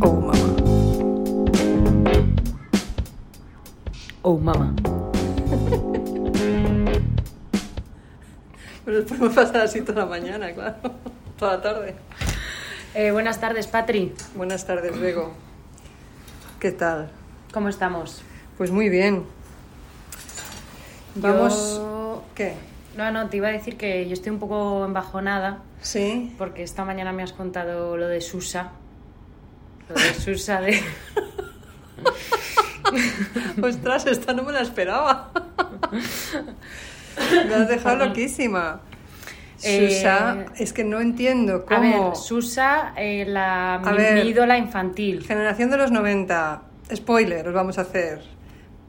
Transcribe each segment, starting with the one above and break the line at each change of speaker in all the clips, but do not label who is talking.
Oh,
Oh, mamá.
Pero después me pasar así toda la mañana, claro. Toda la tarde.
Eh, buenas tardes, Patri.
Buenas tardes, Bego. ¿Qué tal?
¿Cómo estamos?
Pues muy bien. Vamos. ¿Qué?
No, no, te iba a decir que yo estoy un poco embajonada
¿Sí?
porque esta mañana me has contado lo de Susa. Lo de Susa de...
Ostras, esta no me la esperaba. Me has dejado loquísima.
Eh,
Susa, es que no entiendo
A
cómo.
ver, Susa, eh, la mi-
ver.
mi ídola infantil.
Generación de los 90. Spoiler, os vamos a hacer.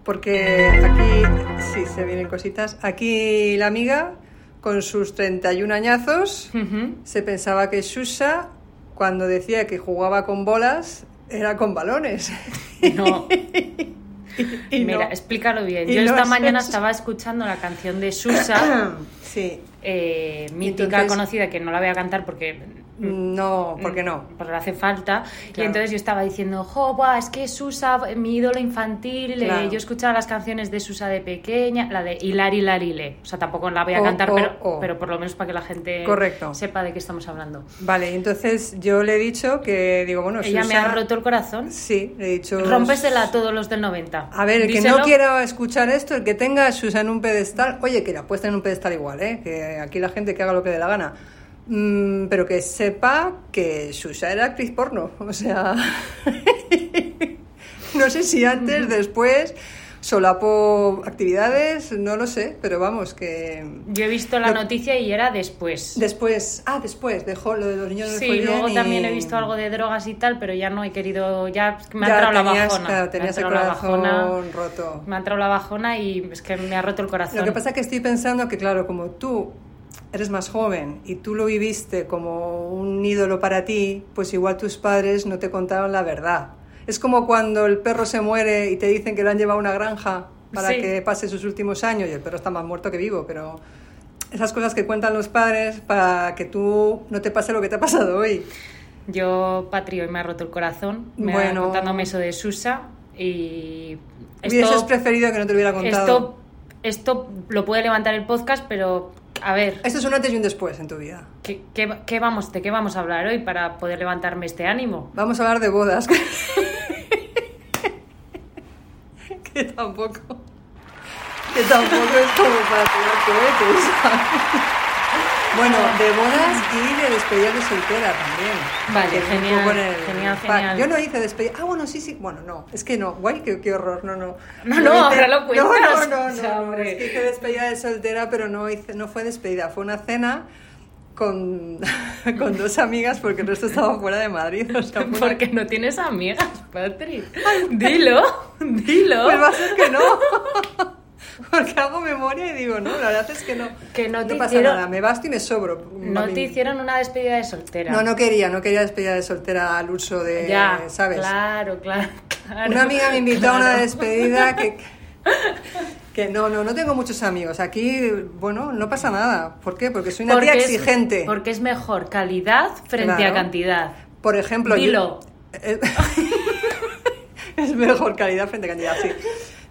Porque aquí, sí, se vienen cositas. Aquí la amiga, con sus 31 añazos,
Ujú.
se pensaba que Susa, cuando decía que jugaba con bolas, era con balones.
No,
Y
mira,
no.
explícalo bien.
Y
Yo
no
esta
es
mañana
eso.
estaba escuchando la canción de Susa,
Sí,
eh, mítica,
Entonces-
conocida, que no la voy a cantar porque
no, ¿por qué no?
Mm, porque hace falta. Y
Claro.
entonces yo estaba diciendo, jo, buah, es que Susa, mi ídolo infantil, eh,
Claro.
yo escuchaba las canciones de Susa de pequeña, la de Hilari Larile. O sea, tampoco la voy a
O,
cantar,
o,
pero,
o.
pero por lo menos para que la gente
Correcto.
sepa de qué estamos hablando.
Vale, entonces yo le he dicho que, digo, bueno,
Ella me ha
Susa-
roto el corazón.
Sí, le he dicho.
Rómpesela a todos los del 90.
A ver, el que
Díselo.
no quiera escuchar esto, el que tenga a Susa en un pedestal, oye, que la puesta en un pedestal igual, ¿eh? que aquí la gente que haga lo que dé la gana, Mm, pero que sepa que Susa era actriz porno, o sea, no sé si antes, después, solapo actividades, no lo sé, pero vamos, que...
Yo he visto la
Lo-
noticia y era después.
Después, ah, después, dejó lo de los niños en el
Sí,
folletín
luego también he
y-
visto algo de drogas y tal, pero ya no he querido, ya me ha
Ya
entrado la
tenías,
bajona.
claro,
me ha
tenías el
entrado la bajona.
corazón roto.
Me ha entrado la bajona y es que me ha roto el corazón.
Lo que pasa es que estoy pensando que, claro, como tú eres más joven y tú lo viviste como un ídolo para ti, pues igual tus padres no te contaron la verdad. Es como cuando el perro se muere y te dicen que lo han llevado a una granja para
Sí.
que pase sus últimos años y el perro está más muerto que vivo, pero esas cosas que cuentan los padres para que tú no te pase lo que te ha pasado hoy.
Yo, Patri, hoy me ha roto el corazón. Me
Bueno.
ha contándome eso de Susa y.
Hubieses preferido que no te lo hubiera contado.
esto, esto lo puede levantar el podcast, pero a ver,
Esto es un antes y un después en tu vida.
¿qué, qué- qué vamos, ¿de qué vamos a hablar hoy para poder levantarme este ánimo?
Vamos a hablar de bodas. que tampoco. Que tampoco es como para tirar cohetes. ¿sabes? Bueno, de bodas y de despedida de soltera también.
Vale,
Que un
genial,
poco en el
genial,
pack.
genial.
Yo no hice despedida. Ah, bueno, sí, sí. Bueno, no. Es que no. Guay, qué, qué horror. No, no.
No, no, ahora lo
No,
cuentas.
no, no.
O sea,
no,
hombre.
Es que hice despedida de soltera, pero no, hice, no fue despedida. Fue una cena con, con dos amigas porque el resto estaba fuera de Madrid. O sea, fue una
Porque no tienes amigas, Patri. Dilo, dilo.
Pues va a ser que no. Porque hago memoria y digo, no, la verdad es que no.
Que no te
pasa
hicieron-
nada, me basto y me sobro.
No
mami.
te hicieron una despedida de soltera.
No, no quería, no quería despedida de soltera al uso de,
ya,
¿sabes?
Claro, claro, claro.
Una amiga me invitó a una
Claro.
despedida que... Que no, no, no tengo muchos amigos. Aquí, bueno, no pasa nada. ¿Por qué? Porque soy una tía
es-
exigente.
porque es mejor calidad frente
Claro.
a cantidad.
Por ejemplo, yo-
Dilo.
Eh, es mejor calidad frente a cantidad, sí.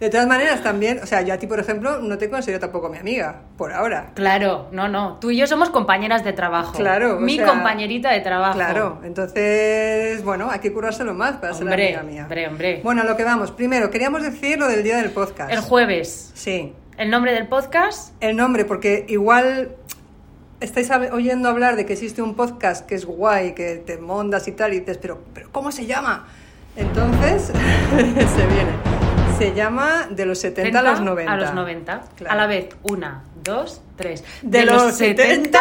De todas maneras, también, o sea, yo a ti, por ejemplo, no te considero tampoco mi amiga, por ahora.
Claro, no, no. Tú y yo somos compañeras de trabajo.
Claro, o
Mi
sea,
compañerita de trabajo.
Claro, entonces, bueno, hay que currárselo más para ser
Hombre,
amiga mía.
hombre, hombre.
Bueno, a lo que vamos. Primero, queríamos decir lo del día del podcast.
El jueves.
Sí,
El nombre del podcast.
el nombre, porque igual estáis hab- oyendo hablar de que existe un podcast que es guay, que te mondas y tal, y dices, pero, pero ¿cómo se llama? Entonces, se viene. Se llama De los 70 a los 90.
A los 90.
Claro.
A la vez. Una, dos, tres.
De, los, 70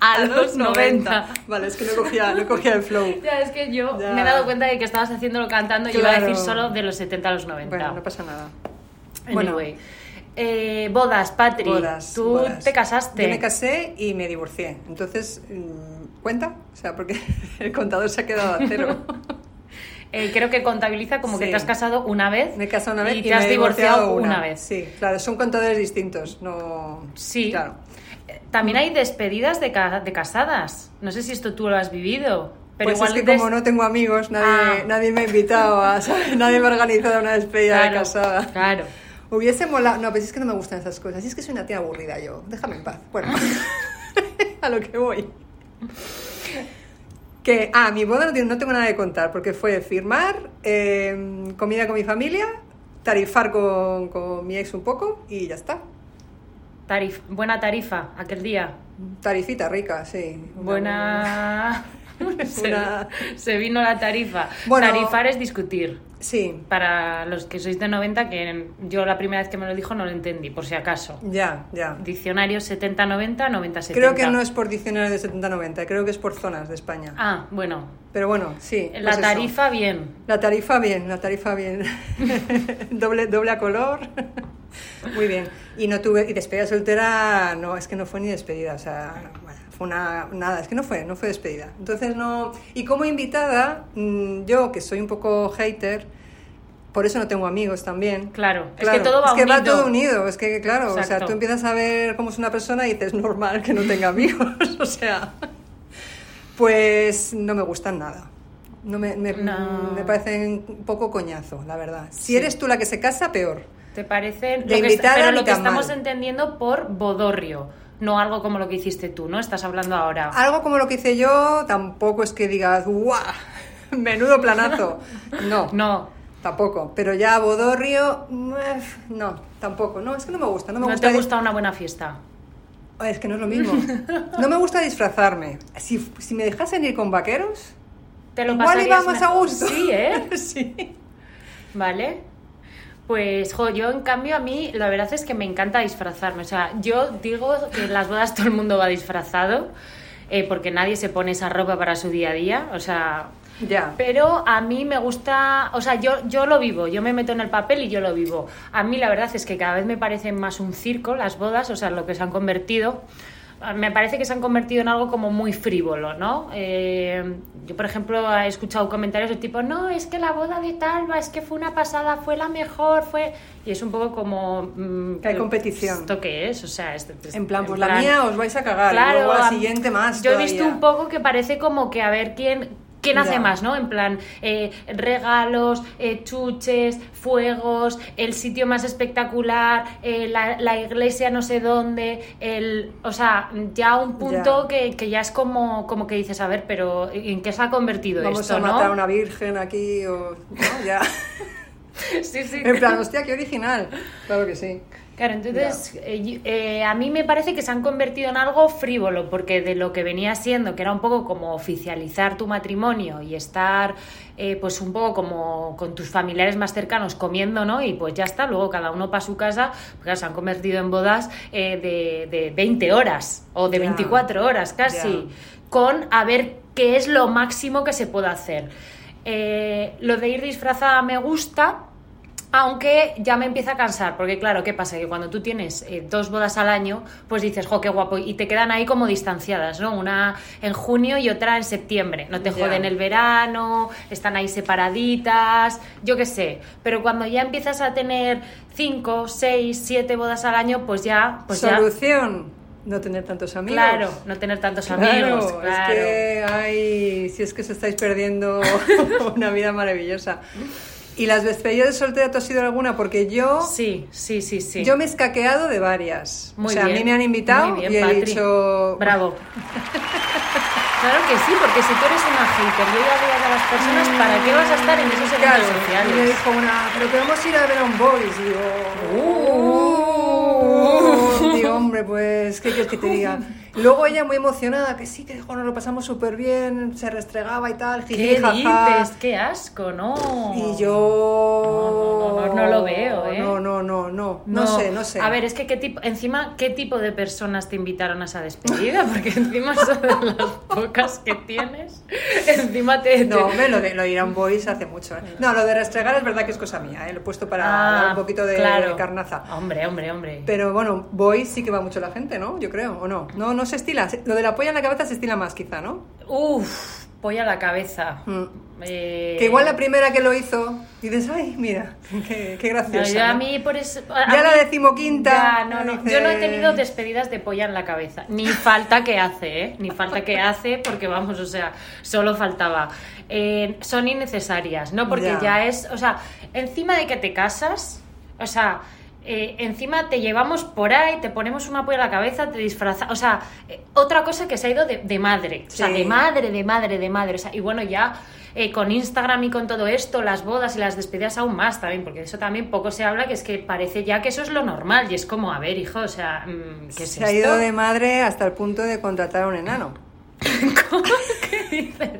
a los 90.
Vale, es que no cogía, no cogía el flow.
Ya, es que yo
Ya.
me he dado cuenta de que estabas haciéndolo cantando y iba a
Claro.
decir solo de los 70 a los 90.
Bueno, no pasa nada.
Anyway. Eh, bodas, Patri.
Bodas,
tú
bodas.
te casaste.
Yo me casé y me divorcié. Entonces, mm, ¿cuenta? O sea, porque el contador se ha quedado a cero.
Eh, creo que contabiliza como que
Sí.
te has casado una vez.
Me he casado una vez y,
te
me
has
he
divorciado una. vez.
Sí, claro, son contadores distintos. No...
Sí.
Claro.
Eh, También hay despedidas de, ca- de casadas. No sé si esto tú lo has vivido, Pero
pues
igual
es que
des-
como no tengo amigos, nadie,
Ah.
nadie me ha invitado, a, ¿sabes? nadie me ha organizado una despedida de casada.
Claro.
Hubiese molado... No, pero es que no me gustan esas cosas. Es que soy una tía aburrida yo. Déjame en paz. Bueno, a lo que voy. Que, ah, mi boda no, tiene- no tengo nada de contar, porque fue firmar, eh, comida con mi familia, tarifar con, con mi ex un poco y ya está.
Tarif- buena tarifa aquel día.
Tarifita rica, sí. Una
Buena. se,
Una-
se vino la tarifa.
Bueno.
Tarifar es discutir.
Sí,
Para los que sois de 90, que yo la primera vez que me lo dijo no lo entendí, por si acaso.
ya, ya.
Diccionario 70-90, 90-70.
Creo que no es por diccionario de 70-90, creo que es por zonas de España.
Ah, bueno.
Pero bueno, sí. pues
La
eso.
tarifa, bien.
La tarifa bien, la tarifa bien. doble, doble a color. Muy bien. Y no tuve, y despedida soltera, no, es que no fue ni despedida, o sea, bueno, fue una, nada, es que no fue, no fue despedida. Entonces no, y como invitada, mm, yo que soy un poco hater, por eso no tengo amigos también.
Claro, es que todo va
es que va
unido.
todo unido, es que claro, o sea,
Exacto.
tú empiezas a ver cómo es una persona y dices, normal que no tenga amigos, o sea, pues no me gustan nada. No me, me,
No.
me parecen un poco coñazo, la verdad. Si eres tú la que se casa, peor.
¿Te parece? Lo
De
que está-
invitada
pero
ni
lo que
tan
estamos
mal.
entendiendo por bodorrio, no algo como lo que hiciste tú, ¿no? Estás hablando ahora.
Algo como lo que hice yo, tampoco es que digas, ¡guau! Menudo planazo. No,
No,
tampoco. Pero ya Bodorrio, muef, no, tampoco. No, es que no me gusta. No, me
no
gusta
te gusta una buena fiesta.
Es que no es lo mismo. No me gusta disfrazarme. Si, si me dejasen ir con vaqueros,
Te lo
igual iba
pasarías
más
me-
a gusto.
Sí, ¿eh?
sí.
Vale. Pues, jo, yo en cambio a mí la verdad es que me encanta disfrazarme. O sea, yo digo que en las bodas todo el mundo va disfrazado, eh, porque nadie se pone esa ropa para su día a día. O sea,
Ya.
pero a mí me gusta, o sea, yo, yo lo vivo, yo me meto en el papel y yo lo vivo. A mí la verdad es que cada vez me parecen más un circo las bodas, o sea, lo que se han convertido. Ah, Me parece que se han convertido en algo como muy frívolo, ¿no? Eh, yo, por ejemplo, he escuchado comentarios del tipo, no, es que la boda de Talba, es que fue una pasada, fue la mejor, fue... Y es un poco como... mm,
Que hay competición.
¿Esto qué es? O sea, esto-
En plan, pues la
plan-
mía os vais a cagar. y luego
a
la
mí-
siguiente más.
Yo he
todavía.
visto un poco que parece como que a ver quién. ¿Quién hace
Ya.
más, no? En plan, eh, regalos, eh, chuches, fuegos, el sitio más espectacular, eh, la, la iglesia no sé dónde, el, o sea, ya un
Ya.
punto Que, que ya es como, como que dices, a ver, pero ¿en qué se ha convertido
Vamos
esto,
a matar a
no?
una virgen aquí o. ¿no? Ya.
Sí, sí.
en plan, hostia, qué original. Claro que sí.
Claro, entonces eh, yo- eh, a mí me parece que se han convertido en algo frívolo, porque de lo que venía siendo, que era un poco como oficializar tu matrimonio y estar eh, pues un poco como con tus familiares más cercanos comiendo, ¿no? Y pues ya está, luego cada uno para su casa, pues claro, se han convertido en bodas eh, de, de 20 horas o de
Ya.
24 horas casi, con a ver qué es lo máximo que se puede hacer. Eh, lo de ir disfrazada me gusta, aunque ya me empieza a cansar, porque claro, ¿qué pasa? Que cuando tú tienes eh, dos bodas al año, pues dices, jo, qué guapo, y te quedan ahí como distanciadas, ¿no? Una en junio y otra en septiembre. No te
Ya.
joden el verano, están ahí separaditas, yo qué sé. Pero cuando ya empiezas a tener cinco, seis, siete bodas al año, pues ya, pues ya.
Solución: no tener tantos amigos.
Claro, no tener tantos
Claro,
amigos, claro.
es que ay, si es que os estáis perdiendo una vida maravillosa. ¿Y las despedidas de soltera tú has sido alguna? Porque yo,
Sí, sí, sí, sí.
yo me he escaqueado de varias.
Muy
o sea, a mí
bien,
me han invitado
muy bien,
y he
Patri.
dicho,
Bravo. Claro que sí, porque si tú eres una hater y odias a las personas, ¿para qué vas a estar en esos eventos
Claro, y me
sociales?
dijo una, pero queremos ir a ver a un Boris. Y digo,
Uh.
"Oh, digo, hombre, pues, ¿qué quieres que te diga? Luego ella muy emocionada, que sí, que dijo, nos lo pasamos súper bien, se restregaba y tal, jiji,
¿Qué
jaja.
dices? ¡Qué asco, no!
Y yo...
No, no, no, no lo veo, ¿eh?
No, no, no, no, no, sé, no sé.
A ver, es que qué tipo, encima, ¿qué tipo de personas te invitaron a esa despedida? Porque encima son de las pocas que tienes. Encima te...
No,
te-
hombre, lo de lo de ir a un Boris hace mucho. ¿eh? No, lo de restregar es verdad que es cosa mía, ¿eh? lo he puesto para dar un poquito de
Ah, claro.
carnaza.
Hombre, hombre, hombre.
Pero bueno, Boys sí que va mucho la gente, ¿no? Yo creo, ¿o no? No, no se estila. Se- Lo de la polla en la cabeza se estila más, quizá, ¿no?
Uf, polla a la cabeza.
Mm.
Eh,
Que igual la primera que lo hizo, dices, ay, mira, qué, qué
no,
graciosa.
yo a
¿no?
mí por eso...
Ya la decimoquinta,
Ya, no, no.
dices-
Yo no he tenido despedidas de polla en la cabeza. Ni falta que hace, ¿eh? Ni falta que hace porque, vamos, o sea, solo faltaba. Eh, son innecesarias, ¿no? Porque
Ya.
ya. es... O sea, encima de que te casas, o sea... eh, encima te llevamos por ahí, te ponemos una polla en la cabeza, te disfraza, o sea, eh, otra cosa que se ha ido de, de madre, o sea,
Sí.
de madre, de madre, de madre, o sea, y bueno, ya eh, con Instagram y con todo esto, las bodas y las despedidas aún más también, porque de eso también poco se habla, que es que parece ya que eso es lo normal, y es como, a ver, hijo, o sea, mm, ¿qué es
Se ha
esto?
ido de madre hasta el punto de contratar a un enano.
¿Qué dices?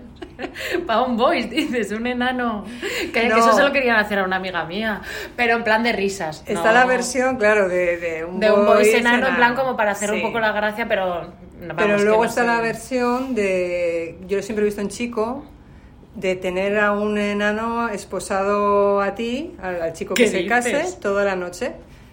Para un voice, dices, un enano. Que,
No.
que eso se lo querían hacer a una amiga mía, pero en plan de risas.
Está
no.
la versión, claro, de, de un
de un voice
boys
enano, en plan como para hacer
Sí.
un poco la gracia, pero... no,
Pero
vamos, que
luego
no
está
sé.
la versión de, yo lo siempre he visto en chico, de tener a un enano esposado a ti, al, al chico que
¿Qué
se
dices?
case, toda la noche.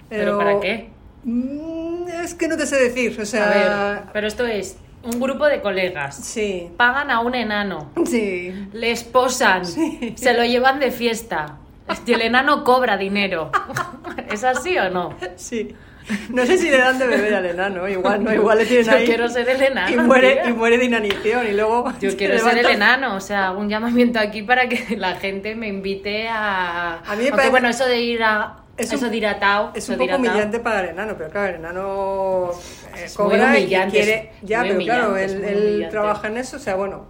¿Pero para qué?
Mm, Es que no te sé decir, o
A
sea...
ver, pero esto es un grupo de colegas.
Sí,
pagan a un enano,
sí.
le esposan, se lo llevan de fiesta y el enano cobra dinero. ¿Es así o no?
Sí. No sé si le dan de beber al enano, igual no, igual le tienen
Yo
ahí.
quiero ser el enano,
Y muere,
tía.
y muere de inanición y luego.
Yo
se
quiero ser el
levanta.
enano, o sea, un llamamiento aquí para que la gente me invite a...
A mí me
Aunque,
parece-
bueno, eso de ir a...
Es
eso
un-
de ir atado,
Es
eso
un poco
de ir atado.
humillante para el enano, pero claro, el enano eh,
Es muy
cobra y
humillante,
quiere.
es
Ya,
muy
pero claro,
humillante, es
él,
muy
él
humillante.
trabaja en eso, o sea, bueno.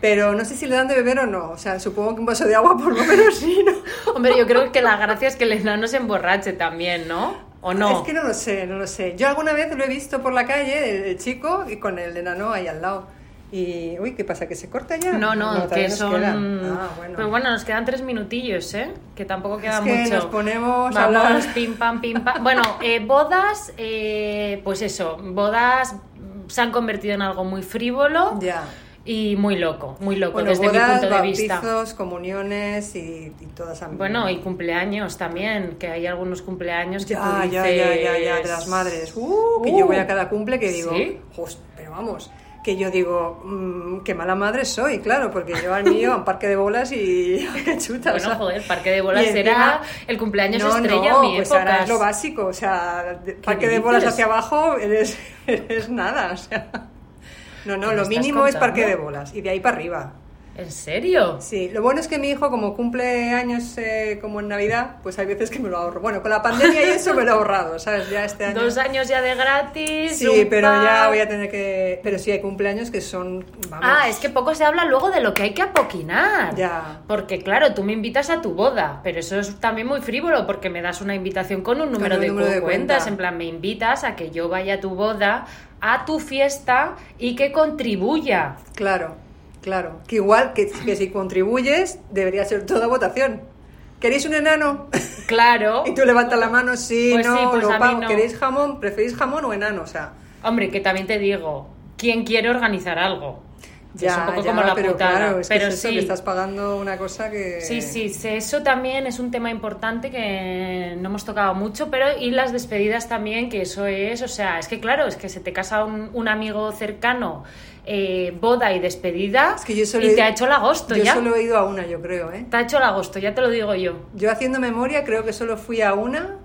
Pero no sé si le dan de beber o no. O sea, supongo que un vaso de agua por lo menos sí, ¿no?
Hombre, yo creo que la gracia es que el enano se emborrache también, ¿no? ¿O no?
Es que no lo sé, no lo sé. Yo alguna vez lo he visto por la calle, el, el chico, y con el enano ahí al lado. Y, uy, ¿qué pasa? ¿Que se corta ya?
No, no,
todavía
que
nos
son...
queda. Ah, bueno.
Pero bueno, nos quedan tres minutillos, ¿eh? Que tampoco queda
es que
mucho.
nos ponemos a
Vamos,
hablar.
pim, pam, pim, pam. Bueno, eh, bodas, eh, pues eso, bodas mm, se han convertido en algo muy frívolo
Ya.
y muy loco, muy loco
Bueno,
desde mi
bodas,
punto de vista.
bautizos, comuniones y, y todas am-
Bueno, y cumpleaños también, que hay algunos cumpleaños que
ya,
tú
ya, ya, ya, ya, de
dices,
las madres. Uh, que
"Uh".
yo voy a cada cumple que digo,
¿Sí?
"Jos, pero vamos, que yo digo, mm, qué mala madre soy, claro, porque yo al mío a un parque de bolas y qué chuta. o
Bueno,
sea.
joder, Parque de Bolas
Y encima-
era el cumpleaños
no,
estrella
no,
en mi
pues
época.
ahora es lo básico, o sea, de- parque de bolas
dices?
hacia abajo eres, eres nada, o sea. No, no,
¿Qué me
lo
estás
mínimo es parque de
contando?
bolas y de ahí para arriba.
¿En serio?
Sí, lo bueno es que mi hijo, como cumple años eh, como en Navidad, pues hay veces que me lo ahorro. Bueno, con la pandemia y eso me lo he ahorrado, ¿sabes? Ya este año.
Dos años ya de gratis.
Sí,
un
pero ya
pack.
voy a tener que. Pero sí, hay cumpleaños que son. Vamos.
Ah, es que poco se habla luego de lo que hay que apoquinar.
Ya.
Porque claro, tú me invitas a tu boda, pero eso es también muy frívolo porque me das una invitación con un número,
un
de,
número de
cuentas,
cuenta.
en plan me invitas a que yo vaya a tu boda, a tu fiesta y que contribuya.
Claro, claro. Que igual que, que si contribuyes, debería ser toda votación. ¿Queréis un enano?
Claro.
Y tú levantas la mano, sí,
Pues
no,
sí, pues
lo
a mí
pago.
no.
¿Queréis jamón? ¿Preferís jamón o enano? O sea.
Hombre, que también te digo, ¿quién quiere organizar algo? es un poco como la
pero
putada,
claro, es que
pero
es eso,
sí.
que estás eh. pagando una cosa que...
Sí, sí, sí, eso también es un tema importante que no hemos tocado mucho, pero y las despedidas también, que eso es, o sea, es que claro, es que se te casa un, un amigo cercano, eh, boda y despedida,
Es que yo solo
y
he-
te ha hecho el agosto
Yo
ya.
solo he ido a una, yo creo, ¿eh?
Te ha hecho el agosto, ya te lo digo yo.
Yo haciendo memoria creo que solo fui a una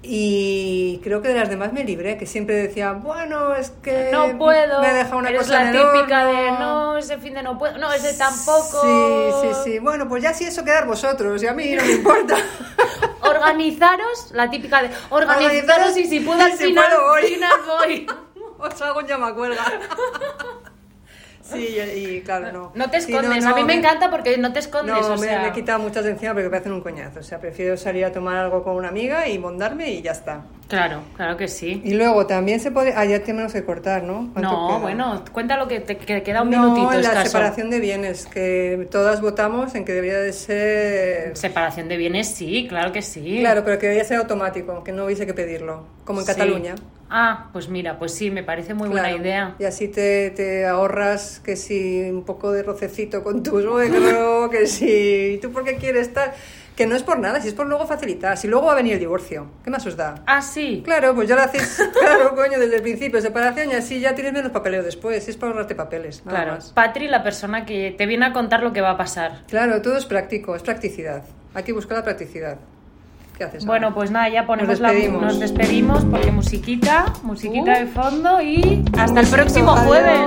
y creo que de las demás me libré, que siempre decía, bueno, es que
No puedo.
Eh, me deja una
eres
cosa
la
en el
típica
horno".
de no, ese fin de no puedo, no, ese tampoco.
Sí, sí, sí. Bueno, pues ya si eso quedar vosotros y a mí no me importa.
Organizaros, la típica de organizaros y si puedo al
si
final,
puedo voy.
al final voy.
Os hago un llamacuelga. Sí, y, y claro, no.
No te
Sí, no,
escondes,
no,
a mí me, encanta porque no te escondes.
No,
o
me,
sea.
me he quitado muchas de encima porque me hacen un coñazo. O sea, prefiero salir a tomar algo con una amiga y mondarme y ya está.
Claro, claro que sí.
Y luego también se puede. Ah, ya tenemos que cortar, ¿no? ¿Cuánto
No,
queda?
bueno, cuenta lo que te que queda un
no,
minutito
en la
escaso.
separación de bienes, que todas votamos en que debería de ser.
Separación de bienes, sí, claro que sí.
Claro, pero que debería ser automático, que no hubiese que pedirlo, como en
Sí.
Cataluña.
Ah, pues mira, pues sí, me parece muy
Claro.
buena idea.
Y así te, te ahorras que si un poco de rocecito con tu suegro, que si tú por qué quieres estar. Que no es por nada, si es por luego facilitar, si luego va a venir el divorcio. ¿Qué más os da?
Ah, sí.
Claro, pues ya lo hacéis, claro, coño, desde el principio, separación y así ya tienes menos papeleo después, es para ahorrarte papeles, nada
Claro.
más.
Patri, la persona que te viene a contar lo que va a pasar.
Claro, todo es práctico, es practicidad. Hay que buscar la practicidad. ¿Qué haces?
Bueno,
Ana?
pues nada, ya ponemos
Nos
la-
despedimos.
nos despedimos porque musiquita, musiquita
Uh.
de fondo y hasta el
Besito,
próximo
adiós.
jueves.